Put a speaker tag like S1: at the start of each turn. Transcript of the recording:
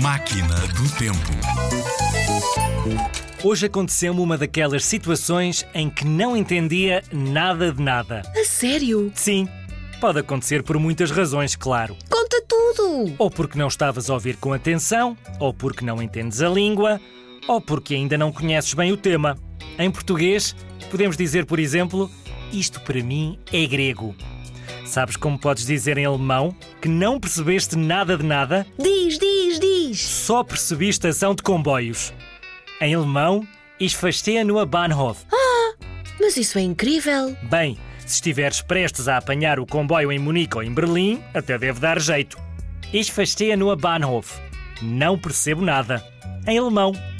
S1: Máquina do Tempo.
S2: Hoje aconteceu-me uma daquelas situações em que não entendia nada de nada.
S3: A sério?
S2: Sim, pode acontecer por muitas razões, claro.
S3: Conta tudo!
S2: Ou porque não estavas a ouvir com atenção, ou porque não entendes a língua, ou porque ainda não conheces bem o tema. Em português, podemos dizer, por exemplo, isto para mim é grego. Sabes como podes dizer em alemão que não percebeste nada de nada?
S3: Diz, diz, diz!
S2: Só percebi estação de comboios. Em alemão, ich verstehe nur Bahnhof.
S3: Mas isso é incrível!
S2: Bem, se estiveres prestes a apanhar o comboio em Munique ou em Berlim, até deve dar jeito. Ich verstehe nur Bahnhof. Não percebo nada. Em alemão.